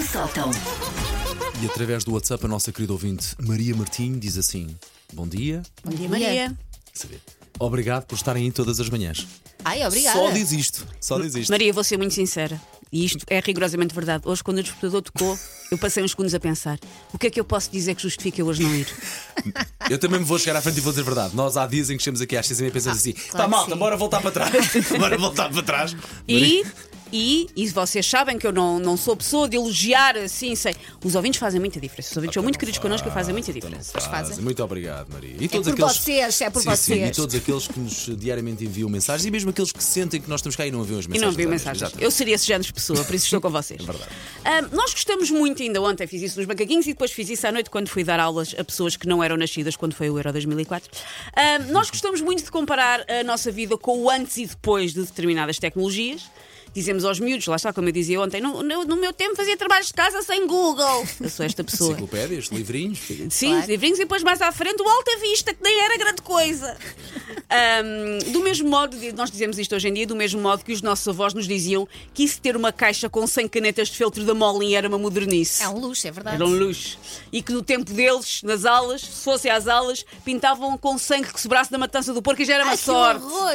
sótão. E através do WhatsApp, a nossa querida ouvinte Maria Martim diz assim: Bom dia. Bom dia, Maria. Obrigado por estarem aí todas as manhãs. Ai, obrigada. Só diz isto. Só diz isto. Maria, vou ser muito sincera. E isto é rigorosamente verdade. Hoje, quando o despertador tocou, eu passei uns segundos a pensar: o que é que eu posso dizer que justifica eu hoje não ir? Eu também me vou chegar à frente e vou dizer a verdade. Nós há dias em que chegamos aqui às 6 e meia e pensamos assim: Ah, claro tá que malta, sim." bora voltar para trás. bora voltar para trás. E, e, e vocês sabem que eu não, não sou pessoa de elogiar assim, sei. Os ouvintes fazem muita diferença. Os ouvintes são muito queridos connosco e fazem muita diferença. Faz. fazem. ah, É Muito obrigado, Maria. E por vocês, é por Sim, sim, vocês. e todos aqueles que nos diariamente enviam mensagens e mesmo aqueles que sentem que nós estamos cá e não enviam as E mensagens. não vi às vezes. mensagens. Exatamente. Eu seria esse género de pessoa, por isso estou com vocês. É verdade. nós gostamos muito, ainda ontem fiz isso nos macaquinhos e depois fiz isso à noite quando fui dar aulas a pessoas que não eram nascidas quando foi o Euro 2004. Ahm, nós gostamos muito de comparar a nossa vida com o antes e depois de determinadas tecnologias. Dizemos aos miúdos, lá está, como eu dizia ontem, no, no- no meu tempo fazia trabalhos de casa sem Google. Eu sou esta pessoa. Enciclopédias, livrinhos. Sim, Claro. livrinhos e depois mais à frente o Alta Vista, que nem era grande coisa. Ahm, do mesmo modo, nós dizemos isto hoje em dia, do mesmo modo que os nossos avós nos diziam que isso de ter uma caixa com 100 canetas de feltro da Molin era uma modernice. É um luxo, é verdade. Era um luxo. E que no tempo deles, nas aulas, se fossem às aulas, pintavam com sangue que sobrasse da matança do porco e já era uma Ai, Ah, que sorte. horror!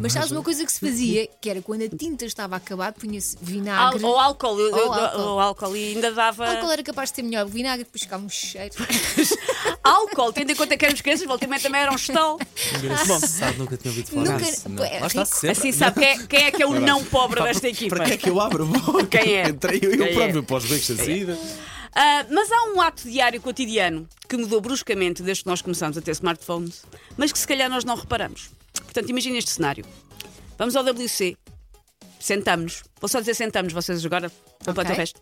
Mas sabes é. uma coisa que se fazia, que era quando a tinta estava a acabar, punha-se Al- vinagre. ou álcool, eu- Ou eu- álcool. ou álcool, e ainda dava. Álcool era capaz de ter melhor o vinagre, depois ficava um cheiro. álcool, tendo em conta que éramos crianças, volta e meia também era um estol. Engraçado, nunca tinha ouvido falar Nunca- disso. Não. Pô, é Lá está rico. sempre. Assim sabe quem é, quem é que é o não pobre desta equipa. Para que é que eu abro a boca? Quem é? Entrei eu, eu Quem é? próprio para os becos da saída. Ah, mas há um ato diário cotidiano que mudou bruscamente desde que nós começámos a ter smartphones, mas que se calhar nós não reparamos. Portanto, imagina este cenário. Vamos ao WC, sentamos-nos, vou só dizer sentamos, vocês agora completam o Ok. resto,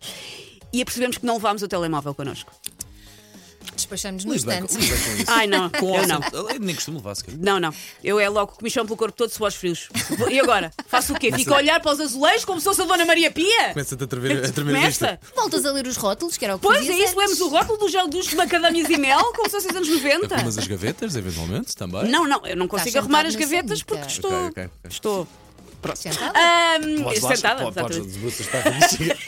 e apercebemos que não levámos o telemóvel connosco. Despachamos no Luís Blanco, instante. Luís Blanco com isso. Ai não, Com eu não. essa- Eu nem costumo levar sequer. Não, não. Eu é logo comichão pelo corpo todo, suores frios. Vou- E agora? Faço o quê? Fico a olhar para os azulejos como se fosse a Dona Maria Pia? Começa-te a tremer, a tremer a Começa? vista. Voltas a ler os rótulos, que era o que Pois é fazias isso, antes. lemos o rótulo do gel dos macadâmias e mel, como se fosse os anos 90. Arrumas as gavetas, eventualmente, também. Tá. Não, não, eu não consigo sentado arrumar as na gavetas sanita. porque estou. Ok, ok, ok. Estou. Sentado. Ah, Ahm, Podes lá- é sentada, podes- exatamente. podes- podes estar a chegar.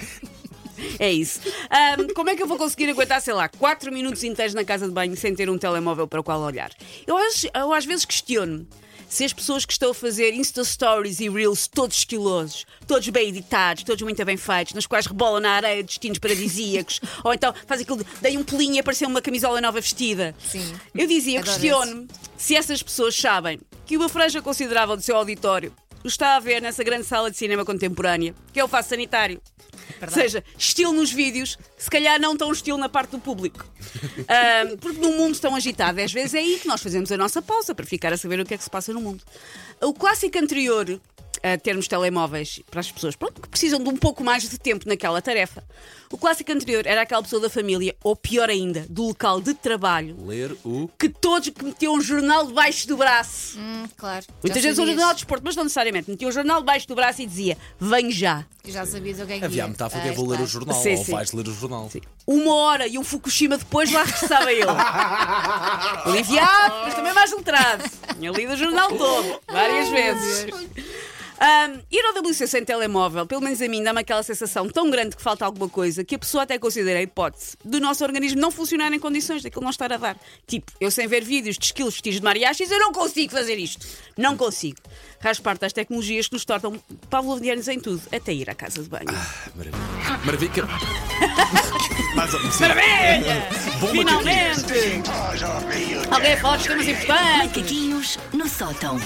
É isso. Ahm, como é que eu vou conseguir aguentar, sei lá, 4 minutos inteiros na casa de banho sem ter um telemóvel para o qual olhar? Eu, às- eu às vezes questiono se as pessoas que estão a fazer Insta Stories e Reels todos estilosos, todos bem editados, todos muito bem feitos, nas quais rebolam na areia destinos paradisíacos, ou então faz aquilo de dei um pulinho e apareceu uma camisola nova vestida. Sim. Eu dizia, Adoro questiono-me se essas pessoas sabem que uma franja considerável do seu auditório o está a ver nessa grande sala de cinema contemporânea, que é o faço sanitário. Ou seja, estilo nos vídeos, se calhar não tão estilo na parte do público. Ahm, porque num mundo tão agitado, às vezes é aí que nós fazemos a nossa pausa para ficar a saber o que é que se passa no mundo. O clássico anterior a termos telemóveis para as pessoas pronto, que precisam de um pouco mais de tempo naquela tarefa. O clássico anterior era aquela pessoa da família, ou pior ainda, do local de trabalho, Ler o. que todos que metiam um jornal debaixo do braço. Hum, claro. Muitas já vezes um sabias. jornal de desporto, mas não necessariamente. Metiam um jornal debaixo do braço e dizia: Vem já. Já sabias o que é que Havia a ia. metáfora que é Ai, vou ler o claro. jornal, Sim, ou sim. vais ler o jornal. Uma hora e um Fukushima depois lá regressava eu. Aliviado, mas também mais letrado. Tinha lido o jornal todo, várias vezes. Ahm, ir ao WC sem telemóvel, pelo menos a mim, dá-me aquela sensação tão grande que falta alguma coisa que a pessoa até considera a hipótese do nosso organismo não funcionar em condições daquilo não estar a dar. Tipo, eu sem ver vídeos de esquilos vestidos de mariachis, eu não consigo fazer isto. Não consigo. Faz parte das tecnologias que nos tornam pavlovianos em tudo, até ir à casa de banho. Ah, Maravilha. Maravilha. Mais ou menos. Maravilha! Bom Finalmente! Alguém pode, estamos importantes! Macaquinhos no sótão.